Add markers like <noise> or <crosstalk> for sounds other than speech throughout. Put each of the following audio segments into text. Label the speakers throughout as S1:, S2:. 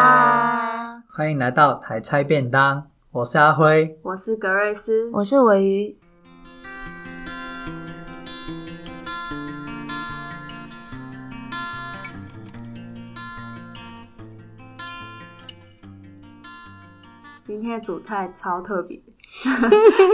S1: Aloha，
S2: 欢迎来到台菜便当，我是阿辉。
S1: 我是格瑞斯。
S3: 我是尾鱼。
S1: 今天的主菜超特别，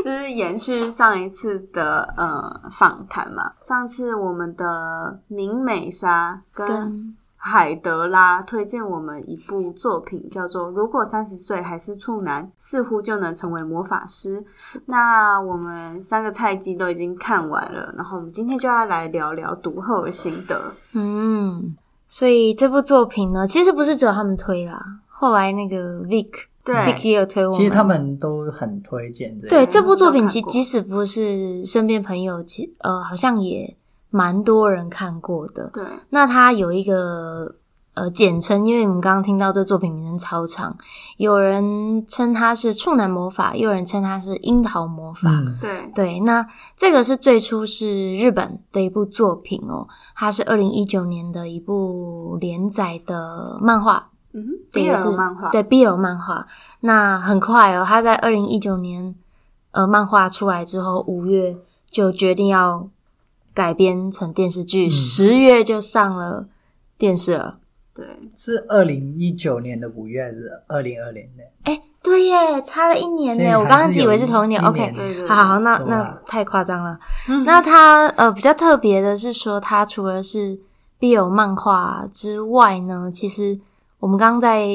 S1: 就是延续上一次的呃访谈嘛。上次我们的明美莎跟
S3: 跟
S1: 海德拉推荐我们一部作品，叫做《如果三十岁还是处男，似乎就能成为魔法师》。那我们三个菜鸡都已经看完了，然后我们今天就要来聊聊读后的心得。
S3: 嗯，所以这部作品呢，其实不是只有他们推啦，后来那个 Vic
S1: 对，
S3: Vic 也有推我们。
S2: 其实他们都很推荐这
S3: 对
S2: 个，
S3: 这部作品，其
S1: 我都看过
S3: 即使不是身边朋友，其呃好像也蛮多人看过的。
S1: 对，
S3: 那它有一个呃简称，因为我们刚刚听到这作品名称超长，有人称它是处男魔法，也有人称它是樱桃魔法。
S2: 嗯，
S1: 对，
S3: 对，那这个是最初是日本的一部作品哦，它是二零一九年的一部连载的漫画，
S1: 嗯哼，
S3: 这
S1: 第
S3: 也
S1: 二
S3: 是
S1: 个漫画，
S3: 对 BL 漫画。那很快哦，它在二零一九年呃漫画出来之后，五月就决定要改编成电视剧，
S2: 嗯
S3: 十、月就上了电视了。
S1: 对，
S2: 是二零一九年的五月还是二零二零年？
S3: 哎，对耶，差了一年
S2: 所以还
S3: 呢。
S2: 是
S3: 我刚刚只以为是
S2: 有
S3: 同一年。
S2: 一
S3: OK，
S2: 年
S1: 对对
S3: 好好，那
S2: 对
S3: 那
S2: 吧
S3: 太夸张了。 <laughs> 那它呃比较特别的是说，它除了是 BL 漫画之外呢，其实我们刚刚在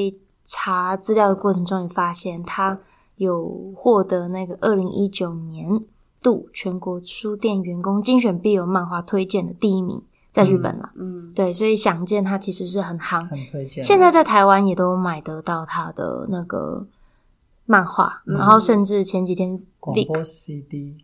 S3: 查资料的过程中也发现，它有获得那个二零一九年度全国书店员工精选 BL 漫画推荐的第一名，在日本啦。
S1: 嗯，
S3: 对，所以想见它其实是很夯。
S2: 很推荐。
S3: 现在在台湾也都买得到他的那个漫画，
S2: 嗯
S3: 然后甚至前几天
S2: 广
S3: Vic
S2: 播 CD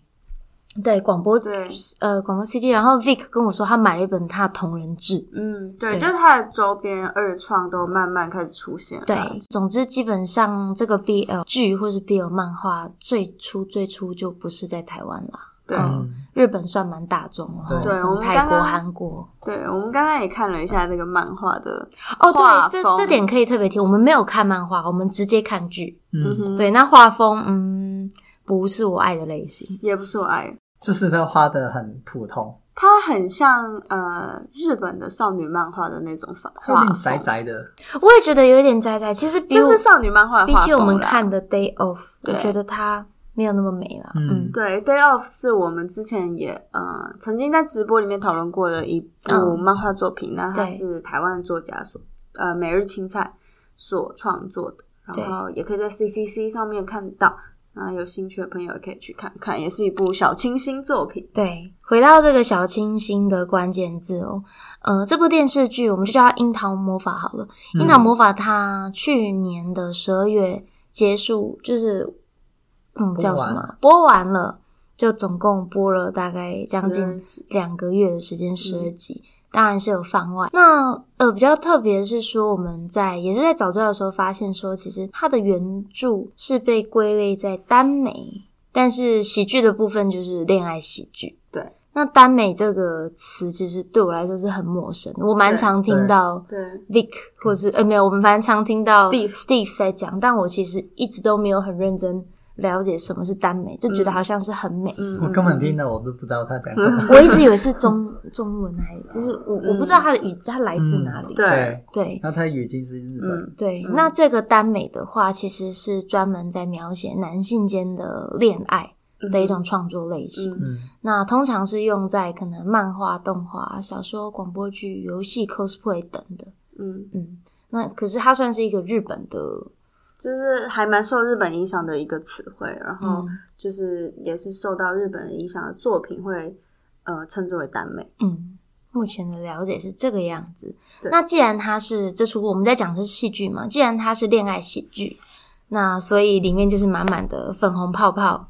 S3: 对广播
S1: 对，
S3: 呃广播 CD，然后 Vic 跟我说他买了一本他的同人志。
S1: 嗯，对，
S3: 对
S1: 就是它的周边二创都慢慢开始出现了。
S3: 对，总之基本上这个 BL 剧或是 BL 漫画，最初最初就不是在台湾啦，
S1: 对、
S2: 嗯
S3: 日本算蛮大众了，
S2: 对
S3: 嗯
S1: 我们
S3: 泰
S1: 刚
S3: 国、
S1: 刚
S3: 韩国，
S1: 对，我们刚刚也看了一下这个漫画的，
S3: 哦，
S1: 画
S3: 对，这
S1: 风
S3: 这点可以特别提，我们没有看漫画，我们直接看剧。
S1: 嗯
S2: 嗯，
S1: 哼，，
S3: 对，那画风，嗯，不是我爱的类型。
S1: 也不是我爱，
S2: 就是他画的很普通，
S1: 它很像呃日本的少女漫画的那种画
S2: 有
S1: 画
S2: 点
S1: 风，
S2: 宅宅的。
S3: 我也觉得有点宅宅，其实比
S1: 就
S3: 我
S1: 是少女漫画的
S3: 比
S1: 画
S3: 起我们
S1: 风啦
S3: 看的《Day Off》，我
S1: 对
S3: 觉得它没有那么美了。
S2: 嗯
S3: 嗯，
S1: 对，《Day Off》是我们之前也呃曾经在直播里面讨论过的一部
S3: 嗯
S1: 漫画作品，那它
S3: 对
S1: 是台湾作家所呃每日青菜所创作的，然后也可以在 CCC 上面看到。啊，有兴趣的朋友也可以去看看，也是一部小清新作品。
S3: 对，回到这个小清新的关键字哦，呃，这部电视剧我们就叫它《樱桃魔法》好了。
S2: 嗯
S3: 樱桃魔法》它去年的十二月结束，就是嗯
S2: 播
S3: 叫什
S2: 完
S3: 么播完了，就总共播了大概将近
S1: 12集
S3: 两个月的时间，十
S1: 嗯
S3: 二集。当然是有番外。那呃，比较特别的是说，我们在也是在找资料的时候发现说，其实它的原著是被归类在耽美，但是喜剧的部分就是恋爱喜剧。
S1: 对，
S3: 那耽美这个词其实对我来说是很陌生，我蛮
S1: 对
S3: 常听
S2: 对
S3: 到
S1: 对，
S3: Vic 或者是呃没有，我们蛮常听到
S1: Steve
S3: Steve 在讲，但我其实一直都没有很认真了解什么是耽美，就觉得好像是很美。
S1: 嗯，
S2: 我根本听
S1: 嗯
S2: 了我都不知道他讲什
S1: <laughs>
S2: 么。
S3: 我一直以为是中中文还就是我我不知道它的语它来自哪里。
S1: 嗯对
S3: 对
S2: 然后他语境是日本，
S1: 嗯
S3: 对
S1: 嗯
S3: 那这个耽美的话，其实是专门在描写男性间的恋爱
S1: 嗯
S3: 的一种创作类型。
S1: 嗯
S2: 嗯，
S3: 那通常是用在可能漫画、动画、小说、广播剧、游戏、cosplay 等的。
S1: 嗯，
S3: 嗯，那可是它算是一个日本的，
S1: 就是还蛮受日本影响的一个词汇，然后
S3: 嗯
S1: 就是也是受到日本人影响的作品会呃称之为耽美。
S3: 嗯，目前的了解是这个样子
S1: 对。
S3: 那既然它是这出我们在讲的是戏剧嘛，既然它是恋爱喜剧，那所以里面就是满满的粉红泡
S1: <laughs>
S3: 泡。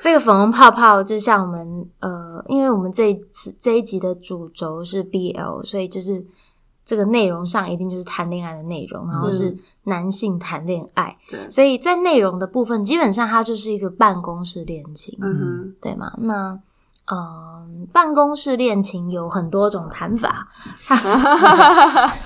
S3: 这个粉红泡泡就像我们呃，因为我们这一次这一集的主轴是 BL，所以就是这个内容上一定就是谈恋爱的内容，然后是
S1: 嗯
S3: 男性谈恋爱，
S1: 对，
S3: 所以在内容的部分基本上它就是一个办公室恋情。
S1: 嗯哼，
S3: 对吗？那嗯，办公室恋情有很多种谈法。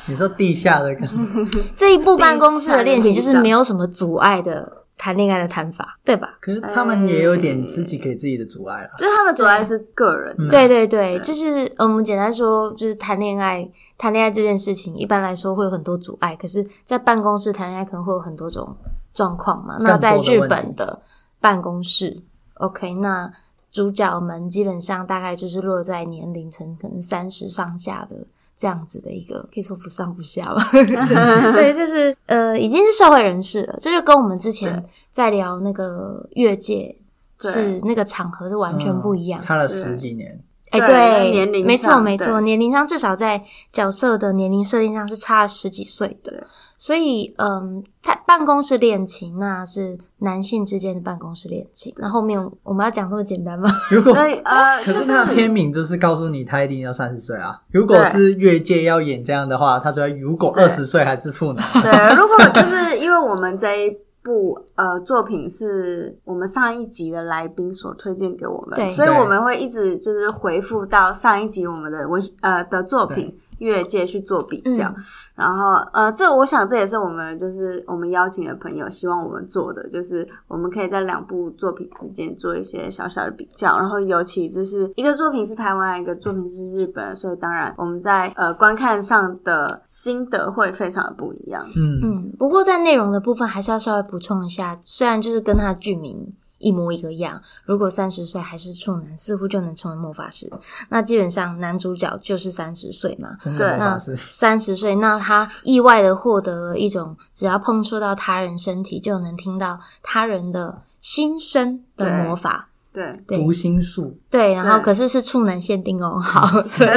S2: 你说地下的跟
S3: 嗯这一部办公室的恋情
S1: 地
S3: 就
S1: 上
S3: 是没有什么阻碍的谈恋爱的谈法，对吧？
S2: 可是他们也有
S3: 哎
S2: 点自己给自己的阻碍了。
S1: 只是他们主要是个人
S2: 嗯
S1: 的，
S3: 对对对，就是呃我们简单说，就是谈恋爱，谈恋爱这件事情，一般来说会有很多阻碍，可是，在办公室谈恋爱可能会有很多种状况嘛。那在
S2: 更多的
S3: 日
S2: 问题
S3: 本的办公室，OK，那主角们基本上大概就是落在年龄层可能三十上下的。这样子的一个可以说不上不下吧， <laughs>
S2: <laughs>
S3: 对，就是呃，已经是社会人士了，这就跟我们之前在聊那个越界
S1: 对
S3: 是那个场合是完全不一
S2: 嗯，
S3: 样
S2: 差了十几年。
S3: 哎，
S1: 对那年龄
S3: 没错
S1: 上
S3: 没错，
S1: 对
S3: 年龄上至少在角色的年龄设定上是差了十几岁
S1: 对
S3: 的，所以嗯，他办公室恋情那是男性之间的办公室恋情，那后面我们要讲这么简单吗？
S2: 如果
S1: 所以呃，
S2: 嗯哦可
S1: 就是
S2: 他的片名就是告诉你他一定要三十岁啊。如果是越界要演这样的话，他说如果
S1: 对
S2: 二十岁还是处男，
S1: 对，如果就是因为我们这一部呃作品是我们上一集的来宾所推荐给我
S3: 对
S1: 们，所以
S2: 对
S1: 我们会一直就是回复到上一集我们的文呃的作品越界去做比
S3: <laughs>
S1: 较。
S3: 嗯
S1: 然后，呃，这我想这也是我们就是我们邀请的朋友希望我们做的，就是我们可以在两部作品之间做一些小小的比较。然后，尤其就是一个作品是台湾，一个作品是日本，所以当然我们在呃观看上的心得会非常的不一样。
S2: 嗯，
S3: 嗯，不过在内容的部分还是要稍微补充一下，虽然就是跟他的剧名一模一个样，如果三十岁还是处男，似乎就能成为魔法师，那基本上男主角就是三十岁嘛，
S2: 真
S1: 对
S2: 的魔
S3: 那
S2: 法师。
S3: 三十岁，那他意外的获得了一种只要碰触到他人身体就能听到他人的心声的
S1: 对
S3: 魔法。
S1: 对，
S3: 对
S2: 读心术，
S3: 对，然后
S1: 对
S3: 可是是处男限定哦，好，
S1: <laughs>
S3: 所以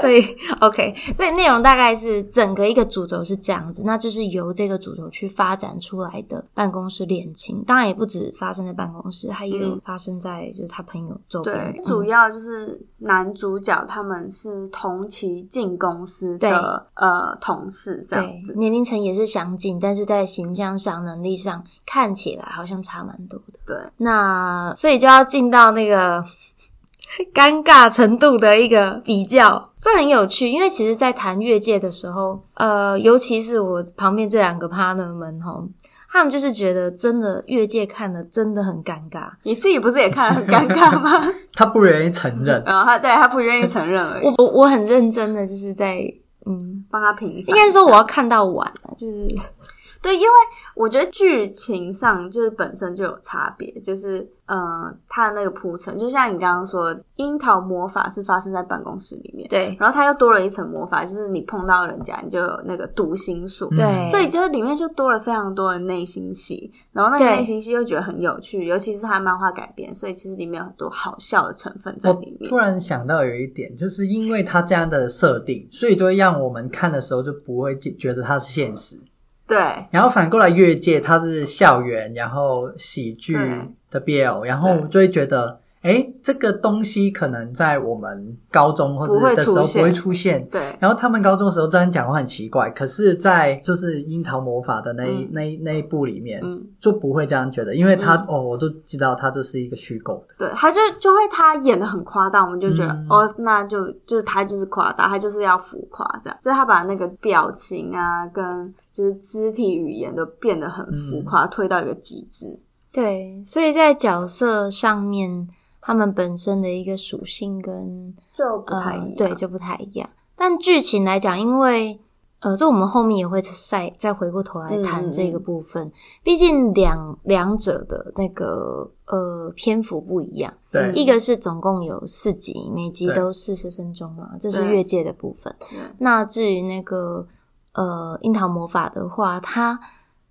S3: 所以 OK，所以内容大概是整个一个主轴是这样子，那就是由这个主轴去发展出来的办公室恋情，当然也不止发生在办公室，它也有
S1: 嗯
S3: 发生在就是他朋友周边，
S1: 对，
S3: 嗯
S1: 主要就是男主角他们是同期进公司的呃同事这样
S3: 对
S1: 子，
S3: 年龄层也是相近，但是在形象上、能力上看起来好像差蛮多的。
S1: 对，
S3: 那所以就要进到那个 <laughs> 尴尬程度的一个比较，这很有趣。因为其实，在谈越界的时候，呃，尤其是我旁边这两个 partner 们吼，他们就是觉得真的越界看的真的很尴尬。
S1: 你自己不是也看得很尴尬吗？ <laughs>
S2: 他不愿意承认，
S1: 然后他对他不愿意承认而已，
S3: 我我我很认真的就是在嗯，
S1: 帮他平
S3: 应
S1: 反。
S3: 该是说我要看到完，就是
S1: 对，因为我觉得剧情上就是本身就有差别，就是呃，他的那个铺陈，就像你刚刚说，樱桃魔法是发生在办公室里面，
S3: 对
S1: 然后他又多了一层魔法，就是你碰到人家，你就有那个读心术，
S2: 嗯
S3: 对，
S1: 所以就是里面就多了非常多的内心戏，然后那个
S3: 对
S1: 内心戏又觉得很有趣，尤其是它漫画改编，所以其实里面有很多好笑的成分在
S2: 我
S1: 里面
S2: 突。然想到有一点，就是因为他这样的设定，所以就会让我们看的时候就不会觉得它是现实。
S1: 对
S2: 然后反过来越界，它是校园，然后喜剧的 BL，然后就会觉得，哎，这个东西可能在我们高中或
S1: 不
S2: 者
S1: 会
S2: 的时候
S1: 出现
S2: 不会出现。
S1: 对
S2: 然后他们高中的时候这样讲话很奇怪，可是，在就是《樱桃魔法》的那一、
S1: 嗯
S2: 那一那一部里面，
S1: 嗯
S2: 就不会这样觉得，因为他、
S1: 嗯
S2: 哦，我就知道他就是一个虚构的，
S1: 对，他就就会他演的很夸大，我们就觉得、
S2: 嗯
S1: 哦，那就就是他就是夸大，他就是要浮夸这样，所以他把那个表情啊跟就是肢体语言都变得很浮
S3: 嗯
S1: 夸，推到一个极致。
S3: 对，所以在角色上面，他们本身的一个属性跟
S1: 就不太一
S3: 呃
S1: 样，，
S3: 对就不太一样。但剧情来讲，因为呃，这我们后面也会再再回过头来
S1: 嗯嗯
S3: 谈
S1: 嗯
S3: 这个部分，毕竟两两者的那个呃篇幅不一样。
S2: 对，
S1: 嗯
S3: 一个是总共有四集，每集
S2: 对
S3: 都四十分钟嘛，这是
S1: 对
S3: 越界的部分
S1: 对。
S3: 那至于那个呃樱桃魔法的话，它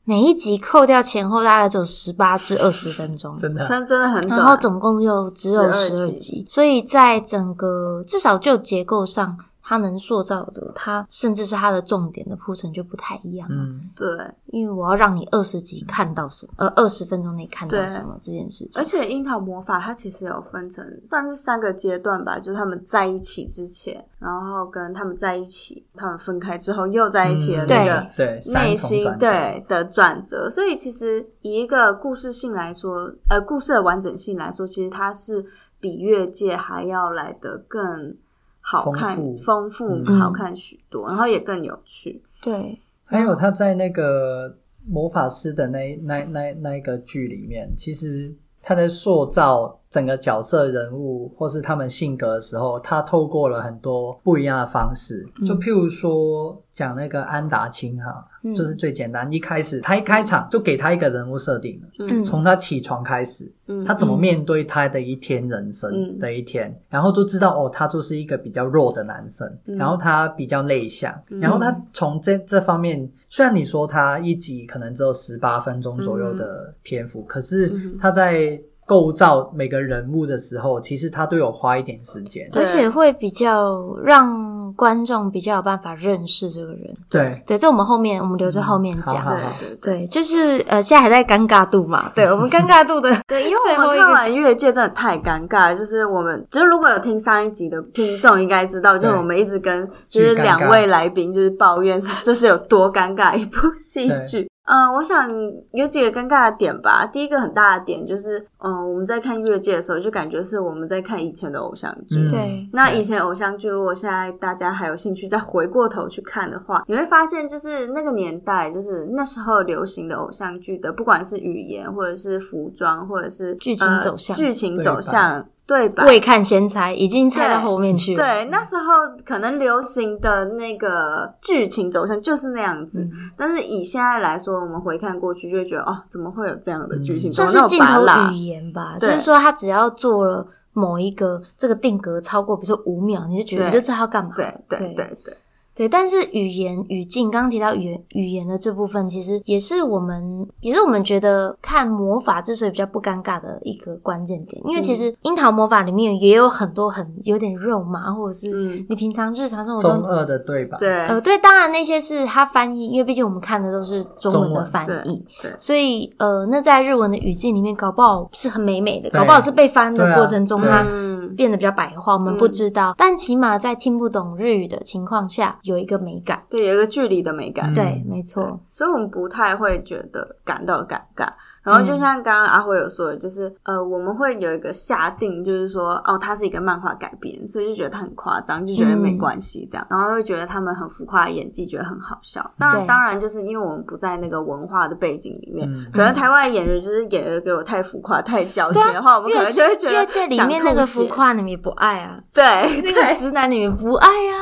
S3: 每一集扣掉前后大概只有十八至二十分钟，
S2: 真的。欸
S1: 真真的很短，
S3: 然后总共又只有十二
S1: 12
S3: 集，所以在整个至少就结构上，它能塑造的，它甚至是它的重点的铺陈就不太一样。
S2: 嗯，
S1: 对。
S3: 因为我要让你二十集看到什么，呃，二十分钟内看到
S1: 对
S3: 什么这件事情
S1: 而。且樱桃魔法它其实有分成算是三个阶段吧，就是他们在一起之前，然后跟他们在一起，他们分开之后又在一起的
S2: 嗯
S1: 那个
S2: 对
S1: 内
S2: 三重
S1: 心
S2: 转折
S1: 对的转折。所以其实以一个故事性来说，呃，故事的完整性来说，其实它是。比越界还要来得更好
S2: 丰
S1: 看、
S2: 富
S1: 丰富、
S3: 嗯
S1: 好看许多，然后也更有趣。
S3: 对，
S2: 还有他在那个魔法师的那那那那一个剧里面，其实他在塑造整个角色人物或是他们性格的时候，他透过了很多不一样的方式，就譬如说讲那个安达清哈，
S3: 嗯
S2: 就是最简单，一开始他一开场就给他一个人物设定了。
S1: 嗯
S2: 从他起床开始，
S1: 嗯，
S2: 他怎么面对他的一天人生
S1: 嗯
S2: 的一天，然后就知道哦，他就是一个比较弱的男生，
S1: 嗯
S2: 然后他比较内向，
S1: 嗯
S2: 然后他从这这方面，虽然你说他一集可能只有十八分钟左右的篇幅，可是
S1: 嗯
S2: 他在构造每个人物的时候，其实他都有花一点时间，
S1: 对
S3: 而且会比较让观众比较有办法认识这个人。
S2: 对，
S3: 对，这我们后面我们留
S1: 嗯
S3: 着后面讲。
S2: 好好好
S1: 对对对
S3: 对，就是呃，现在还在尴尬度嘛？对我们尴尬度的
S1: 对，因为
S3: 最
S1: 我
S3: 后
S1: 们
S3: 一
S1: 看
S3: 个
S1: 完越界真的太尴尬了，就是我们，就是如果有听上一集的听众应该知道，就是
S2: 对
S1: 我们一直跟就是两
S2: 巨尴尬
S1: 位来宾就是抱怨，这是有多尴尬一部戏剧。嗯，我想有几个尴尬的点吧。第一个很大的点就是，嗯，我们在看越界的时候，就感觉是我们在看以前的偶像剧。
S2: 嗯
S3: 对
S1: 那以前偶像剧，如果现在大家还有兴趣再回过头去看的话，你会发现，就是那个年代，就是那时候流行的偶像剧的，不管是语言，或者是服装，或者是
S3: 剧情
S1: 呃
S3: 走向
S1: 剧情走向，对吧？
S3: 未看先猜，已经猜到后面去了。
S1: 对，那时候可能流行的那个剧情走向就是那样子，
S3: 嗯
S1: 但是以现在来说，我们回看过去就会觉得，哦，怎么会有这样的剧情？
S2: 嗯
S3: 算
S1: 怎么
S3: 是
S1: 那么
S3: 镜
S1: 拔
S3: 头
S1: 辣
S3: 语言吧，就
S1: 对
S3: 是说他只要做了某一个这个定格超过，比如说五秒，你就觉得
S1: 对
S3: 你就知道他干嘛。
S1: 对对
S3: 对
S1: 对对，
S3: 对，但是语言语境，刚刚提到语言语言的这部分，其实也是我们也是我们觉得看魔法之所以比较不尴尬的一个关键点，因为
S1: 嗯
S3: 其实《樱桃魔法》里面也有很多很有点肉麻，或者是
S1: 嗯，
S3: 你平常日常生活
S2: 中
S3: 中。
S2: 二的对吧？
S1: 对，
S3: 呃，对，当然那些是他翻译，因为毕竟我们看的都是中文
S2: 中
S3: 的
S2: 文
S3: 翻
S1: 对
S3: 译，
S1: 对
S3: 所以呃，那在日文的语境里面，搞不好是很美美的，
S2: 对
S3: 搞不好是被翻
S2: 对
S3: 的
S2: 啊
S3: 过程中，
S2: 对
S3: 它
S1: 嗯，
S3: 变得比较白话，我们
S1: 嗯
S3: 不知道。但起码在听不懂日语的情况下，有一个美感。
S1: 对，有一个距离的美感。
S2: 嗯
S3: 对，没错，
S1: 所以我们不太会觉得感到尴尬。然后
S3: 嗯
S1: 就像刚刚阿辉有说的，就是、呃，我们会有一个下定，就是说哦，它是一个漫画改编，所以就觉得它很夸张，就觉得没关系这样，然后会觉得他们很浮夸的演技，觉得很好笑。那
S3: 嗯对
S1: 当然就是因为我们不在那个文化的背景里面，
S2: 嗯
S1: 可能台湾的演员就是演的给我太浮夸、太矫情的话，我们可
S3: 越
S1: 能就会觉得
S3: 啊越界里面
S1: 想吐
S3: 那个
S1: 血
S3: 浮，夸，你们也不爱啊，
S1: 对
S3: 那
S1: 对
S3: 个，直男你们不爱啊，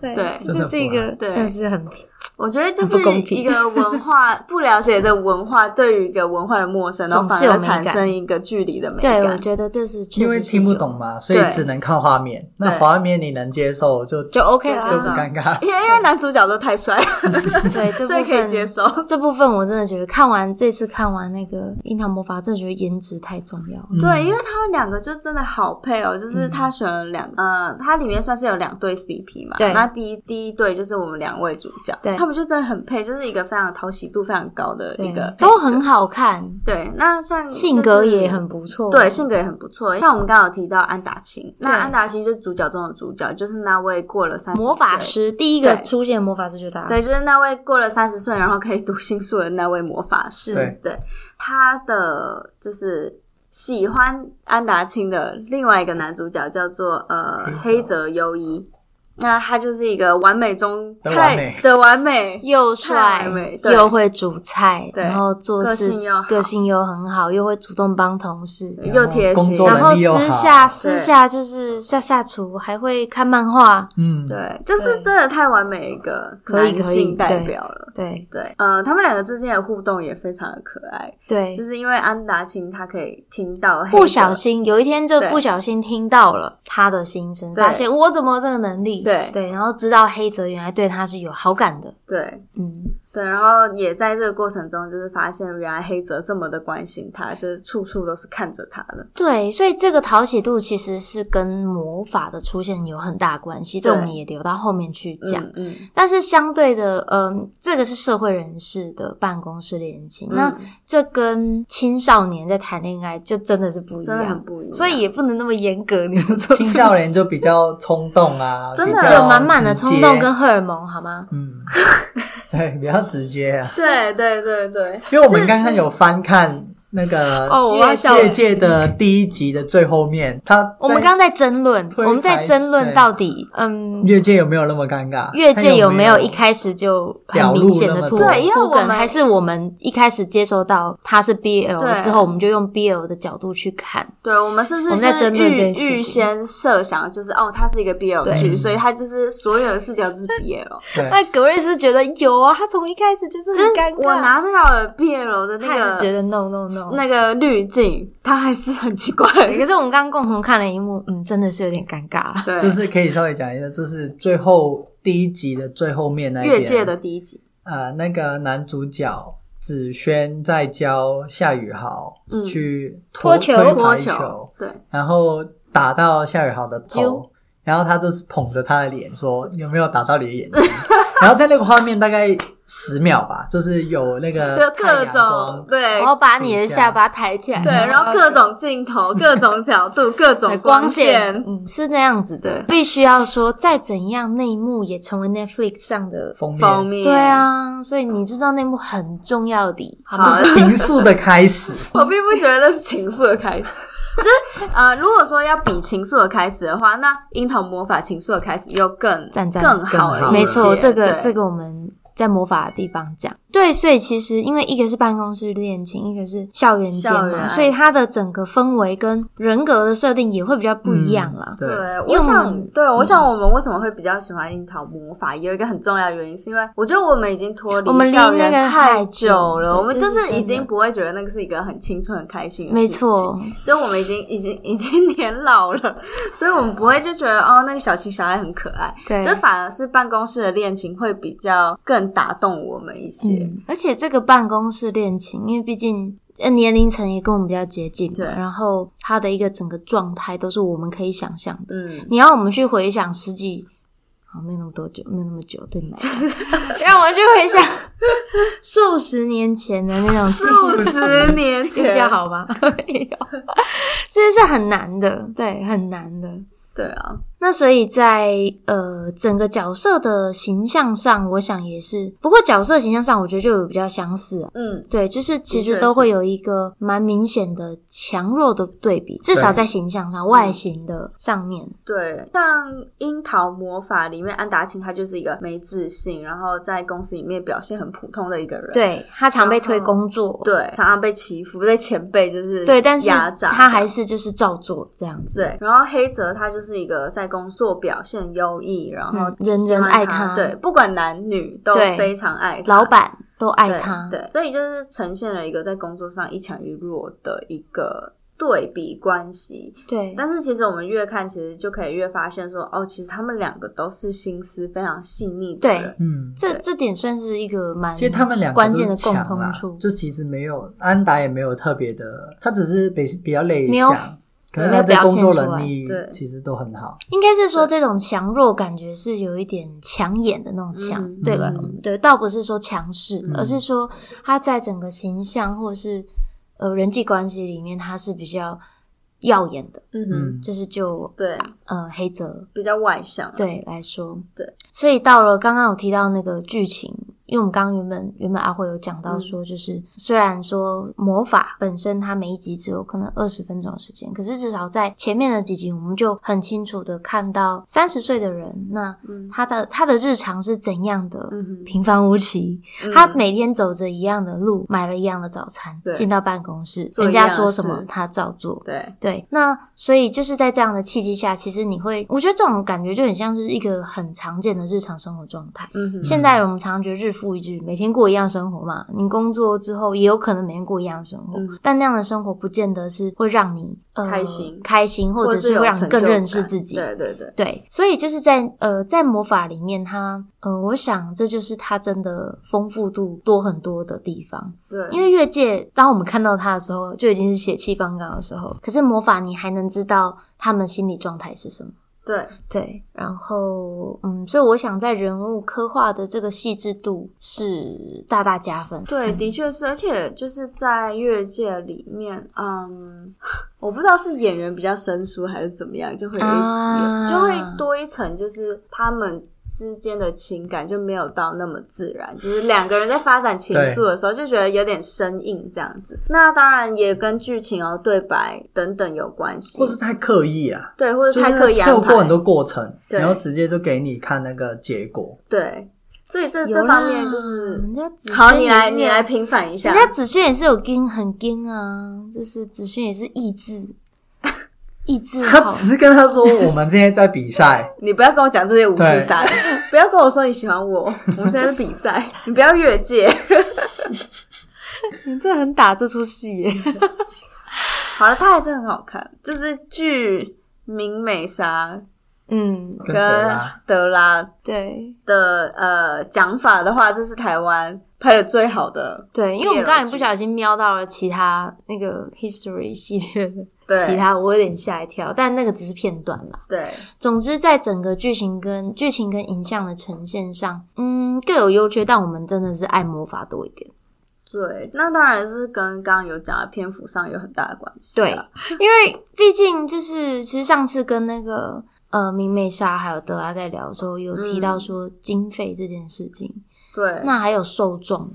S3: 对
S1: 对
S3: 这就是一个
S1: 真的不爱对
S3: 真的是很
S1: 我觉得就
S3: 很不
S1: 是
S3: 公平
S1: 一个文化不了解的文化，对于一个文化的
S3: <laughs>
S1: 陌生，然后
S3: 总
S1: 反
S3: 是有
S1: 而
S3: 美
S1: 产
S3: 感
S1: 生一个距离的美
S3: 对，我
S1: 感。
S3: 觉得这是确
S2: 因为
S3: 实是
S2: 听不
S3: 有
S2: 懂嘛，所以
S1: 对
S2: 只能靠画面。那
S1: 对
S2: 画面你能接受就就
S3: 就 OK
S1: 就
S2: 不
S1: 是
S3: 啦，
S2: 尴尬。
S1: 因为因为男主角都太帅了，
S3: 对， <laughs> 这
S1: 所以
S3: 部
S1: 可以
S3: 分。
S1: 接受。
S3: 这部分我真的觉得看完这次看完那个《樱桃魔法》，真的觉得颜值太重要了。
S1: 对，因为他们两个就真的好配
S3: 嗯
S1: 哦，就是他选了两，呃，他里面算是有两对 CP 嘛。
S3: 对
S1: 那第一第一对就是我们两位主角，
S3: 对
S1: 他们就真的很配，就是一个非常讨喜度非常高的一个
S3: 对，，都很
S1: 好。
S3: 好看，
S1: 对，那像
S3: 性
S1: 就
S3: 格
S1: 是
S3: 也很不错。
S1: 对，性格也很不错。像我们刚刚有提到安达清，那
S3: 对
S1: 安达清就是主角中的主角，就是那位过了三
S3: 魔法师第一个
S1: 对
S3: 出现魔法师就是他，
S1: 对，就是那位过了三十岁然后可以读心术的那位魔法师。
S2: 对
S1: 他的就是喜欢安达清的另外一个男主角叫做呃
S2: 黑
S1: 黑泽优一，那他就是一个完美中
S2: 的
S1: 太
S2: 完美
S1: 的完美，
S3: 又
S1: 太
S3: 帅
S1: 完美对
S3: 又会煮菜，
S1: 对
S3: 然后做事
S1: 个性又好
S3: 个性又很好，又会主动帮同事，
S1: 又贴
S2: 工
S1: 心，
S2: 作
S1: 然
S2: 能
S3: 然
S1: 后
S3: 后
S2: 力又
S3: 私
S2: 好
S3: 下
S2: 对
S3: 私下就是下下厨，还会看漫画。
S2: 嗯，
S1: 对，就是真的太完美一个
S3: 可以
S1: 男
S3: 可以
S1: 性代
S3: 对
S1: 表了。
S3: 对
S1: 对，呃，他们两个之间的互动也非常的可爱，
S3: 对
S1: 就，是因为安达清他可以听到黑
S3: 不
S1: 泽
S3: 小心有一天就
S1: 对
S3: 不小心听到了他的心声，
S1: 对
S3: 发现我怎么有这个能力？
S1: 对
S3: 对，然后知道黑泽原来对他是有好感的。
S1: 对
S3: 嗯，
S1: 对，然后也在这个过程中，就是发现原来黑泽这么的关心他，就是处处都是看着他的。
S3: 对，所以这个讨喜度其实是跟魔法的出现有很大关系，这
S1: 对
S3: 我们也留到后面去讲。
S1: 嗯嗯，
S3: 但是相对的，嗯、这个是社会人士的办公室恋情，那
S1: 嗯
S3: 这跟青少年在谈恋爱就真的是不一
S1: 真的
S3: 样
S1: 很，不一样，
S3: 所以也不能那么严格。你
S1: <laughs>
S3: 们 <laughs> 说
S2: 青
S3: 是不
S2: 少
S3: 是
S2: 年就比较冲动啊，
S1: 真
S2: 比
S1: 的
S2: 较
S3: 只有满满的冲动
S2: 直接
S3: 跟荷尔蒙，好吗？
S2: 嗯， <laughs> 对，比较直接啊。
S1: 对对对对
S2: 因为我们刚刚有翻看那个
S3: 哦我要笑
S2: 业
S3: 死
S2: 界的第一集的最后面，他
S3: 我们
S2: 在
S3: 刚刚在争论，
S2: 推
S3: 我们在
S2: 牌
S3: 争论
S2: 对
S3: 到底，嗯，
S2: 越界有没有那么尴尬？
S3: 越界有
S2: 他
S3: 没有一开始就很
S2: 表露
S3: 明显的
S2: 那么
S3: 突
S2: 多
S1: 对因为
S3: 突
S1: 我
S3: 梗，
S1: 们
S3: 还是我们一开始接收到它是 BL
S1: 对
S3: 之后，我们就用 BL 的角度去看？
S1: 对，我们是不是
S3: 我们在
S1: 就是
S3: 针对这
S1: 预
S3: 件事
S1: 预
S3: 情
S1: 先设想，就是哦，它是一个 BL
S3: 对
S1: 剧，所以它就是所有的视角就是
S3: <laughs>
S1: BL。
S2: 对
S3: 那格瑞斯觉得有啊，他从一开始就是很
S1: 就是
S3: 尴尬，
S1: 我拿到 BL 的
S3: 他
S1: 那
S3: 还是觉得
S1: 个
S3: no no no。
S1: 那个滤镜，它还是很奇
S3: <laughs>
S1: 怪。
S3: 对可是我们刚刚共同看了一幕，嗯，真的是有点尴尬。
S1: 对，
S2: 就是可以稍微讲一下，就是最后第一集的最后面那一
S1: 越
S2: 边
S1: 界的第一集，
S2: 呃，那个男主角子轩在教夏雨豪
S1: 嗯
S2: 去
S3: 脱球
S2: 推
S1: 脱
S2: 排呃
S1: 球，对，
S2: 然后打到夏雨豪的头
S3: 揪，
S2: 然后他就是捧着他的脸说：“有没有打到你的眼睛？” <laughs> 然后在那个画面大概十秒吧，就是有那个
S1: 就
S2: 太
S1: 各
S2: 阳光
S1: 种对
S3: 我要把你的下巴抬起来，
S1: 对，然后各种镜头、
S2: <laughs>
S1: 各种角度、各种
S3: 的嗯光
S1: 线，
S3: 嗯，是那样子的。必须要说，再怎样，内幕也成为 Netflix 上的。
S2: 封面，
S1: 封面。
S3: 对，啊，所以你就知道内幕很重要的，好吗？
S1: 好
S2: 这是民宿的开始。
S1: <laughs> 我并不觉得那是情愫
S3: <laughs>
S1: 的开始。就是呃，如果说要比情愫的开始的话，那《樱桃魔法》情愫的开始又更
S3: 赞赞
S1: 更好
S2: 更
S1: 一
S2: 好
S1: 些。
S3: 没错，这个
S1: 对
S3: 这个我们在魔法的地方讲。对，所以其实因为一个是办公室恋情，一个是校园间
S1: 校园
S3: 嘛，
S1: 爱
S3: 所以它的整个氛围跟人格的设定也会比较不一样啦。
S2: 对，
S1: 对，
S3: 因为
S1: 我
S3: 我
S1: 想
S3: 们，嗯
S1: 对，我想我们为什么会比较喜欢樱桃魔法，有一个很重要的原因，是因为我觉得我们已经脱
S3: 我们
S1: 离
S3: 离
S1: 校园
S3: 那个
S1: 太
S3: 太
S1: 久了，
S3: 久
S1: 我们
S3: 对
S1: 就
S3: 这是
S1: 是已
S3: 真的
S1: 经不会觉得那个是一个很青春、很开心的
S3: 没
S1: 事情
S3: 错，
S1: 就我们已经已经已经 <laughs> 年老了，所以我们不会就觉得哦，那个小情小爱很可爱。
S3: 对
S1: 这反而是办公室的恋情会比较更打动我们一些。
S3: 嗯，而且这个办公室恋情，因为毕竟呃年龄层也跟我们比较接近嘛，
S1: 对
S3: 然后他的一个整个状态都是我们可以想象的。
S1: 嗯，
S3: 你要我们去回想十几，好，没有那么多久，没有那么 <laughs> 久，对你来讲，让我去回想 <laughs> 数十年前的那种事
S1: 数十年
S3: 情，
S1: 前
S3: 比较，好吗？ <laughs> 没有，这是很难的，对，很难的。
S1: 对啊，
S3: 那所以在呃整个角色的形象上，我想也是。不过角色形象上，我觉得就有比较相似啊。
S1: 嗯，
S3: 对，就是其
S1: 的
S3: 实
S1: 确
S3: 都
S1: 是
S3: 会有一个蛮明显的强弱的对比，至少
S2: 对
S3: 在形象上、外形的上面。
S1: 对。像《樱桃魔法》里面，安达清他就是一个没自信，然后在公司里面表现很普通的一个人。
S3: 对他常被推
S1: 然后
S3: 工作，
S1: 对，常常被欺负，被前辈就是
S3: 对，但是
S1: 压榨
S3: 他还是就是照做这样子。
S1: 对，然后黑泽他就是一个在工作表现优异，然后
S3: 嗯人
S1: 喜
S3: 人
S1: 欢
S3: 爱
S1: 他，
S3: 他
S1: 对，不管男女都
S3: 对
S1: 非常爱他
S3: 老板都爱
S1: 对
S3: 他。
S1: 对，所以就是呈现了一个在工作上一强一弱的一个对比关系。
S3: 对
S1: 但是其实我们越看，其实就可以越发现说，哦，其实他们两个都是心思非常细腻的
S3: 对
S1: 人，
S2: 嗯，
S3: 这
S1: 对
S3: 这点算是一个蛮，
S2: 其实他们两个
S3: 关
S2: 都
S3: 键的共
S2: 强
S3: 通
S2: 啦
S3: 处，
S2: 就其实没有安达也没有特别的，他只是比比较内
S3: 没有
S2: 向，可是
S1: 没
S2: 他
S3: 有
S2: 在
S3: 表
S2: 工
S3: 现
S2: 作
S3: 出
S2: 能
S3: 来
S2: 力
S1: 对
S2: 其实都很好。
S3: 应该是说这种强弱感觉是有一点抢眼的那种强，
S1: 嗯
S3: 对吧？
S1: 嗯
S3: 对，倒不是说强势，
S1: 嗯
S3: 而是说他在整个形象或是呃人际关系里面，他是比较耀眼的，
S1: 嗯哼，
S2: 嗯，
S3: 就是就
S1: 对，
S3: 呃黑泽
S1: 比较外向、啊，
S3: 对来说，
S1: 对，
S3: 所以到了刚刚有提到那个剧情，因为我们刚刚原本原本阿慧有讲
S1: 嗯
S3: 到说，就是、虽然说魔法本身它每一集只有可能二十分钟的时间，可是至少在前面的几集，我们就很清楚的看到三十岁的人，那
S1: 嗯
S3: 他的他的日常是怎样的。
S1: 嗯哼，
S3: 平凡无奇，
S1: 嗯
S3: 他每天走着一样的路，买了一样的早餐
S1: 对，
S3: 进到办公室，
S1: 做
S3: 人
S1: 一样
S3: 家
S1: 的
S3: 说什么
S1: 事
S3: 他照做。
S1: 嗯对，
S3: 对，那所以就是在这样的契机下，其实你会，我觉得这种感觉就很像是一个很常见的日常生活状态。
S1: 嗯哼，
S3: 现在我们常常觉得日复一日，每天过一样生活嘛。你工作之后也有可能每天过一样生活，
S1: 嗯
S3: 但那样的生活不见得是会让你、呃、
S1: 开心
S3: 开心，或者
S1: 是
S3: 是
S1: 有
S3: 会让
S1: 成
S3: 你更
S1: 就
S3: 认识
S1: 感
S3: 自己。
S1: 对对对，
S3: 对，所以就是在呃，在魔法里面它，呃，我想这就是它真的丰富度多很多的地方。
S1: 对，
S3: 因为越界，当我们看到他的时候，就已经是血气方刚的时候。可是魔法，你还能知道他们心理状态是什么？
S1: 对
S3: 对，然后嗯，所以我想在人物刻画的这个细致度是大大加分。
S1: 对，的确是，而且就是在越界里面，嗯，我不知道是演员比较生疏还是怎么样，就会有一、
S3: 啊
S1: 有就会多一层，就是他们之间的情感就没有到那么自然，就是两个人在发展情愫的时候就觉得有点生硬这样子。那当然也跟剧情哦、对白等等有关系
S2: 或，是太刻意啊，
S1: 对，或
S2: 就
S1: 者
S2: 是
S1: 太刻意
S2: 跳
S1: 安
S2: 过
S1: 排
S2: 很，多过程，
S1: 对
S2: 然后直接就给你看那个结果。
S1: 对，所以这
S3: 有
S1: 这方
S3: 啦
S1: 面就是
S3: 嗯人家子
S1: 好，
S3: 轩
S1: 你
S3: 也
S1: 来
S3: 是
S1: 你
S3: 有
S1: 来平反一下
S3: 人，家子轩也是有跟很跟啊，就是子轩也是意
S1: <laughs>
S3: 志，意志
S2: 他
S3: 好，
S2: 只是跟他说我们今天在比赛，
S3: <laughs>
S1: 你不要跟我讲这些五四
S2: 对
S1: 三， <laughs> 不要跟我说你喜欢
S3: <laughs>
S1: 我，我们现在是比赛，你不要越界。
S3: 你这很打这出戏耶。
S1: 好了，它还是很好看，就是剧明美莎
S3: 嗯，
S2: 跟
S1: 跟
S2: 德拉
S1: 德拉
S3: 对
S1: 的呃讲法的话，这是台湾拍的最好的，
S3: 对，因为我们刚才不
S1: BL
S3: 小心瞄到了其他那个 history 系列的
S1: <laughs> 对，
S3: 其他，我有点吓一跳，但那个只是片段啦。
S1: 对
S3: 总之，在整个剧情跟剧情跟影像的呈现上，嗯，各有优缺，但我们真的是爱魔法多一点。
S1: 对，那当然是跟刚刚有讲的篇幅上有很大的关系啊
S3: 对
S1: 啦。，
S3: 因为毕竟就是，其实上次跟那个呃明媚莎还有德拉在聊的时候，有提到说经费这件事情，
S1: 嗯对
S3: 那还有受众，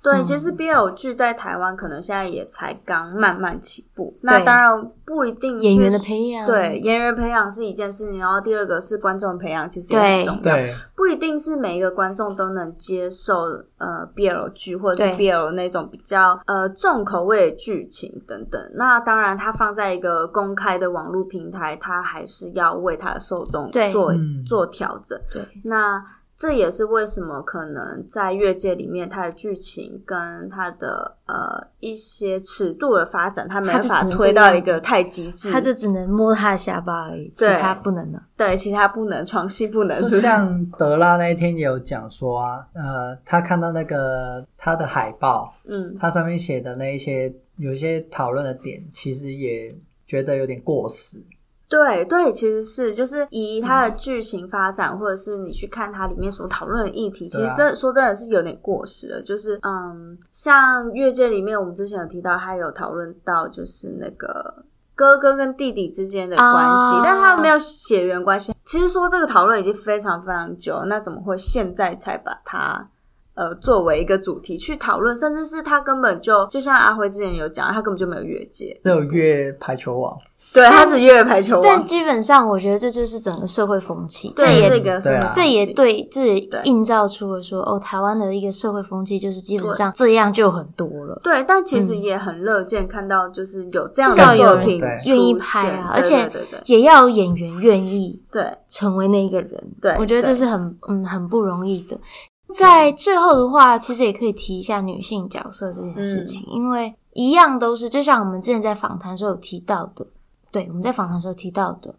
S1: 对，
S3: 嗯
S1: 其实 BL 剧在台湾可能现在也才刚慢慢起步，那
S3: 对
S1: 当然不一定是
S3: 演员的培养，
S1: 对，演员培养是一件事情，然后第二个是观众培养，其实也
S3: 对
S1: 很重要。
S2: 对，
S1: 不一定是每一个观众都能接受呃 BL 剧或者是
S3: 对
S1: BL 那种比较呃重口味的剧情等等。那当然，它放在一个公开的网络平台，它还是要为它的受众
S3: 对
S1: 做
S2: 嗯
S1: 做调整。
S3: 对
S1: 那这也是为什么可能在越界里面，它的剧情跟它的呃一些尺度的发展，它没
S3: 它
S1: 办
S3: 就
S1: 法
S3: 只能
S1: 推
S3: 这
S1: 到
S3: 样
S1: 一
S3: 子
S1: 个太极致，
S3: 他就只能摸他的下巴而已，其
S1: 对
S3: 他不能啊了。
S1: 对其他不能，床戏不能，是
S3: 呃
S2: 就
S1: 不是？
S2: 像德拉那一天也有讲说啊，呃，他看到那个他的海报，
S1: 嗯，
S2: 它上面写的那一些有一些讨论的点，其实也觉得有点过时。
S1: 对对，其实是就是以它的剧情发展，或者是你去看它里面所讨论的议题，其
S2: 对
S1: 实
S2: 啊
S1: 真说真的是有点过时了。就是嗯，像越界里面，我们之前有提到，它有讨论到就是那个。哥哥跟弟弟之间的关系
S3: 啊
S1: 但他没有血缘关系。其实说这个讨论已经非常非常久了，那怎么会现在才把它呃作为一个主题去讨论？甚至是他根本就就像阿辉之前有讲，他根本就没有越界，
S2: 只有越排球网，
S1: 对他只越了排球
S3: 但
S1: 网。
S3: 基本上，我觉得这就是整个社会风气，这
S1: 这也
S3: 也
S1: 是一个什么
S2: 对啊
S3: 这也
S1: 东西
S3: 对，这也
S1: 对
S3: 映照出了说，哦，台湾的一个社会风气就是基本
S1: 对
S3: 上这样就很多了。
S1: 对，但其实
S3: 嗯
S1: 也很乐见看到就是有这样
S3: 至少
S1: 的
S3: 有
S1: 作
S3: 人
S1: 品
S2: 对
S3: 愿意
S1: 出
S3: 拍
S1: 现
S3: 啊
S1: 对
S3: 而且
S1: 对对
S3: 也要有演员愿意
S1: 对
S3: 成为那一个人。
S1: 对嗯
S3: 我觉得这是很嗯很不容易的。在最后的话，其实也可以提一下女性角色这件事情，
S1: 嗯
S3: 因为一样都是就像我们之前在访谈时候有提到的，对，我们在访谈时候提到的。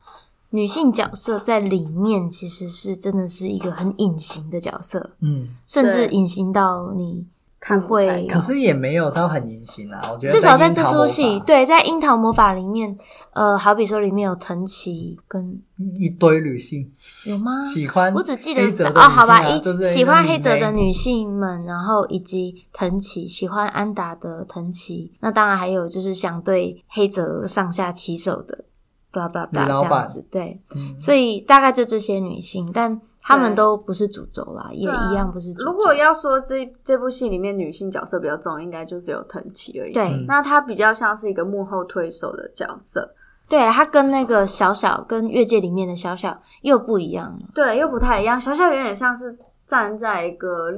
S3: 女性角色在里面其实是真的是一个很隐形的角色，
S2: 嗯，
S3: 甚至
S1: 对
S3: 隐形到你
S1: 看
S3: 不
S1: 不太
S3: 会
S1: 到
S2: 可是也没有到很隐形啊。我觉得
S3: 至少在
S2: 樱
S3: 这
S2: 桃
S3: 出
S2: 魔
S3: 戏，
S2: 法
S3: 对，在《樱桃魔法》里面，呃，好比说里面有藤崎跟
S2: 一堆女性
S3: 有吗？
S2: 喜欢，
S3: 我只记得是
S2: 是
S3: 哦，好吧，一
S2: 啊就是
S3: 喜欢
S2: 那个
S3: 黑泽的
S2: 妹
S3: 女性们，然后以及藤崎喜欢安达的藤崎，那当然还有就是想对黑泽上下其手的，blah blah
S2: 女
S3: blah
S2: 老
S3: 这样
S2: 板
S3: 子，对，
S2: 嗯
S3: 所以大概就这些女性，但她们
S1: 对
S3: 都不是主轴啦，也
S1: 对啊
S3: 一样不是主轴。
S1: 如果要说这这部戏里面女性角色比较重，应该就只有藤崎而已。，
S3: 对
S2: 嗯
S1: 那她比较像是一个幕后推手的角色，
S3: 对，她跟那个小小跟越界里面的小小又不一样了，
S1: 对，又不太一样。小小有点像是站在一个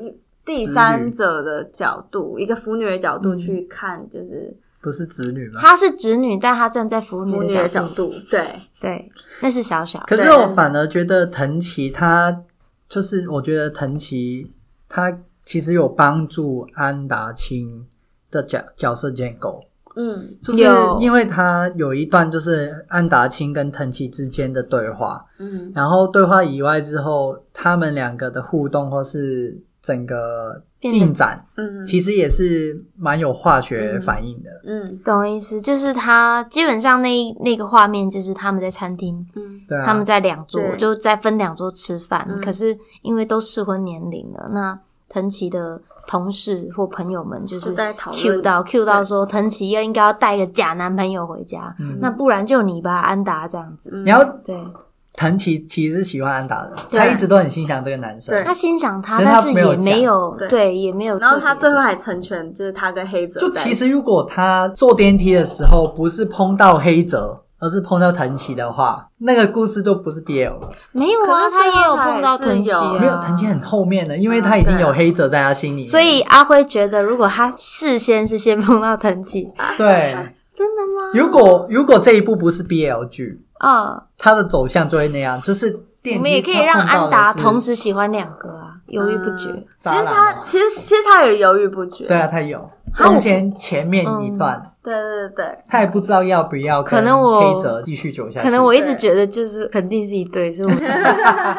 S1: 第
S2: 子
S1: 三
S2: 女
S1: 者的角度，一个腐女的角度
S3: 嗯
S1: 去看，就是
S2: 不是子女吗？
S3: 她是直女，但她站在腐
S1: 腐
S3: 女
S1: 女的
S3: 的
S1: 角
S3: 角度，
S1: 度。对，
S3: 对，那是小小，
S2: 可是
S1: 对
S2: 我反而觉得藤崎他就是，我觉得藤崎他其实有帮助安达清的角角色建构，
S1: 嗯
S2: 就是
S3: 有
S2: 因为他有一段就是安达清跟藤崎之间的对话，
S1: 嗯，
S2: 然后对话以外之后，他们两个的互动或是整个进展，
S1: 嗯
S2: 其实也是蛮有化学反应的。
S1: 嗯
S3: 懂意思，就是他基本上那一那个画面就是他们在餐厅，
S1: 嗯，
S2: 对啊，
S3: 他们在两桌
S1: 对
S3: 就在分两桌吃饭，
S1: 嗯
S3: 可是因为都适婚年龄了，那藤崎的同事或朋友们就是
S1: 就在讨论
S3: Q 到 Q 到
S1: 对
S3: 说藤崎要应该要带个假男朋友回家，
S2: 嗯
S3: 那不然就你吧，安达这样子，
S1: 嗯
S2: 你要
S3: 对
S2: 藤崎其实是喜欢安达的，
S1: 对
S2: 他一直都很欣赏这个男生
S1: 对，
S3: 他欣赏他，
S2: 其实
S3: 但
S2: 他
S3: 是
S2: 没有
S3: 也没
S2: 讲
S3: 有
S1: 对
S3: 对，也没有特别。
S1: 然后他最后还成全，就是他跟黑泽在
S2: 就
S1: 一起。
S2: 其实如果他坐电梯的时候不是碰到黑泽，而是碰到藤崎的话，
S3: 嗯
S2: 那个故事都不是 BL 了。
S3: 没有啊，
S1: 可是最
S3: 也有
S1: 后他
S3: 碰到
S1: 还是
S3: 藤崎
S1: 有
S3: 啊，
S2: 没有藤崎很后面的，因为他已经有黑泽在他心里面，
S3: 所以阿辉觉得，如果他事先是先碰到藤
S1: <laughs>
S3: 崎，
S2: 对。
S3: 真的吗？
S2: 如果如果这一部不是 BL 剧，
S3: 嗯，
S2: 它的走向就会那样，就是电梯
S3: 我们也可以让
S2: 它碰到的
S3: 安达
S2: 是
S3: 同时喜欢两个啊，犹豫不决。
S1: 嗯
S2: 渣
S1: 其实
S2: 男
S1: 他
S2: 嘛
S1: 其实其实他也犹豫不决。
S2: 啊对啊，他有中间前面一段，
S1: 对对对对
S2: 他也不知道要不要
S3: 嗯可
S2: 跟
S3: 能我
S2: 黑泽继续走下去。
S3: 可能我一直
S1: 对
S3: 觉得就是肯定是一对，所以
S1: <laughs>
S3: 我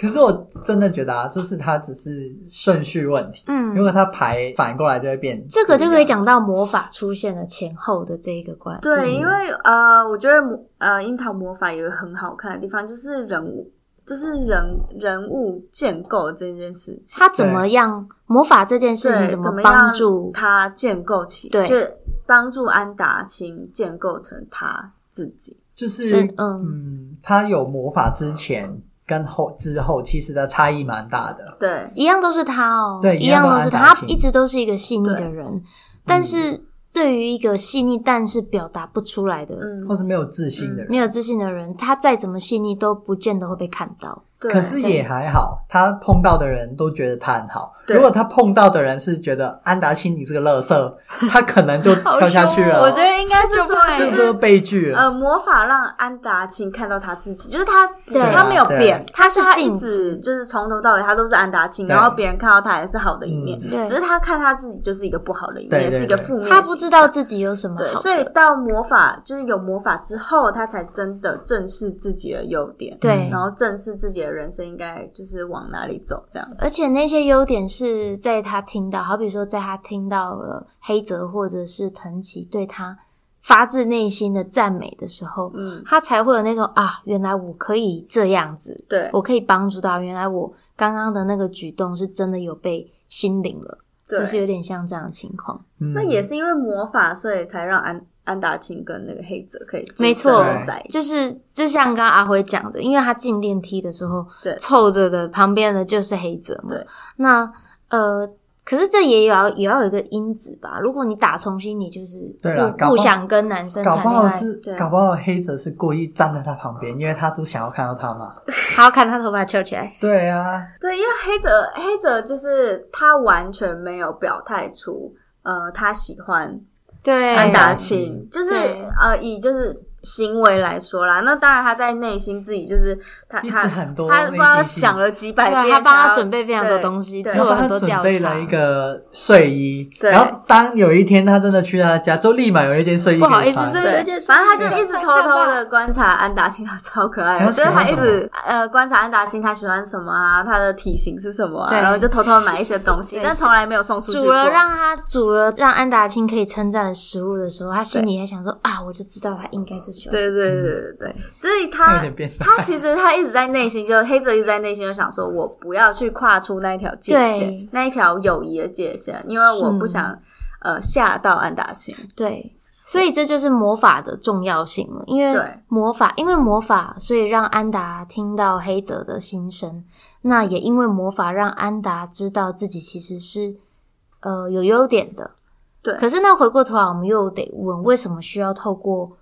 S2: 可是我真的觉得啊，就是它只是顺序问题。
S3: 嗯
S2: 如果它排反过来就会变
S3: 这个就可以
S2: 不一样。
S3: 讲到魔法出现的前后的这一个关。
S1: 对，因为呃，我觉得魔呃樱桃魔法有一个很好看的地方，就是人物，就是人人物建构这件事情。
S3: 他怎么样魔法这件事情
S1: 对
S3: 怎
S1: 怎么
S3: 帮
S1: 样
S3: 助？
S1: 他建构起，
S3: 对
S1: 就是帮助安达清建构成他自己。
S2: 就是
S3: 是嗯，
S2: 嗯，它有魔法之前跟后之后，其实它差异蛮大的。
S1: 对，
S3: 一样都是他哦，
S2: 对
S3: 一样
S2: 一样都
S3: 是
S2: 安达
S3: 他，他
S2: 清
S3: 一直都是一个细腻的人，但是对于一个细腻但是表达不出来的、
S1: 嗯
S2: 或，是没有自信的人，
S3: 没有自信的人，他再怎么细腻都不见得会被看到。
S1: 对。
S2: 可是也还好，他碰到的人都觉得他很好。
S1: 对
S2: 如果他碰到的人是觉得安达清你是个乐
S1: <laughs>
S2: 色，他可能就跳下去了。
S1: 哦我觉得应该是说，
S2: 这
S1: 就
S2: 个就是
S1: 是
S2: 悲剧了。
S1: 呃，魔法让安达清看到他自己，就是他，
S3: 对啊
S1: 他没有变，他
S3: 是
S1: 他
S3: 镜
S1: 一
S3: 子
S1: 直就是从头到尾他都是安达清，
S2: 对
S1: 然后别人看到他也是好的一面
S2: 嗯，
S3: 对
S1: 只是他看他自己就是一个不好的一
S2: 对
S1: 面，
S2: 对
S1: 也是一个负面，
S3: 他不知道。自己有什么
S1: 对，
S3: 好
S1: 所以
S3: 的，
S1: 到魔法就是有魔法之后，他才真的正视自己的优点，
S3: 对
S1: 然后正视自己的人生应该就是往哪里走这样子。
S3: 而且那些优点是在他听到，好比说在他听到了黑泽或者是藤崎对他发自内心的赞美的时候，
S1: 嗯，
S3: 他才会有那种啊，原来我可以这样子，
S1: 对，
S3: 我可以帮助到，原来我刚刚的那个举动是真的有被心灵了，
S1: 对
S3: 就是有点像这样的情况。
S2: 嗯
S1: 那也是因为魔法，所以才让安安达清跟那个黑泽可以就是
S3: 没错
S1: 真的在一，起。
S3: 就是就像刚刚阿辉讲的，因为他进电梯的时候，
S1: 对
S3: 凑着的旁边的就是黑泽嘛
S1: 对。
S3: 那呃，可是这也要也要有一个因子吧。如果你打从心里就是
S2: 对啦
S3: 不
S2: 搞不好
S3: 不想跟男生
S2: 搞
S3: 谈
S2: 不
S3: 恋
S2: 好
S3: 爱，
S2: 是
S1: 对
S2: 搞不好黑泽是故意站在他旁边，因为他都想要看到他嘛。
S3: 还要看他头发翘起来。
S2: 对啊，
S1: 对，因为黑泽黑泽就是他完全没有表态出，呃，他喜欢
S3: 对，
S1: 安达
S2: 清
S1: 清，就是
S3: 哎对
S1: 呃，以就是行为来说啦，那当然他在内心自己就是他
S2: 一直
S1: 他
S2: 很多
S1: 他
S2: 内
S1: 不
S2: 心
S1: 知道
S2: 戏
S1: 想了几百
S3: 对啊
S1: 遍，
S3: 他帮他
S1: 想要
S3: 准备非常多
S1: 对
S3: 东西
S1: 对
S3: 做了
S2: 帮
S3: 很
S2: 他
S3: 多
S2: 准
S3: 调查
S2: 备了一个睡衣，
S1: 对
S2: 然后当有一天他真的去他家，就立马有一件睡衣
S3: 不
S2: 给
S3: 好意
S2: 你
S3: 思
S2: 穿。
S3: 这边
S1: 对，
S3: 有点
S1: 反正他就
S3: 对
S1: 一直偷偷的观察安达清，他超可爱
S2: 你
S1: 的，
S2: 要
S1: 就是
S2: 喜欢
S1: 他
S2: 什
S1: 一
S2: 么
S1: 直呃观察安达清他喜欢什么啊，他的体型是什么啊，
S3: 对
S1: 然后就偷偷买一些东西
S3: 对，
S1: 但从来没有送出去
S3: 煮了
S1: 过
S3: 让他煮了让安达清可以称赞的食物的时候，他心里还想说啊，我就知道他应该是喜欢这个。
S1: 对对对对对，所以
S2: 嗯有
S1: 他
S2: 点
S3: <laughs>
S2: 变态
S1: 他其实他一直在内心就黑泽一直在内心就想说，我不要去跨出那一条界
S3: 对
S1: 限，那一条友谊的界限，因为我不想呃吓到安达清。
S3: 对，所以这就是魔法的重要性了。因为
S1: 对
S3: 魔法，因为魔法，所以让安达听到黑泽的心声。那也因为魔法，让安达知道自己其实是呃有优点的。
S1: 对
S3: 可是那回过头来，我们又得问，为什么需要透过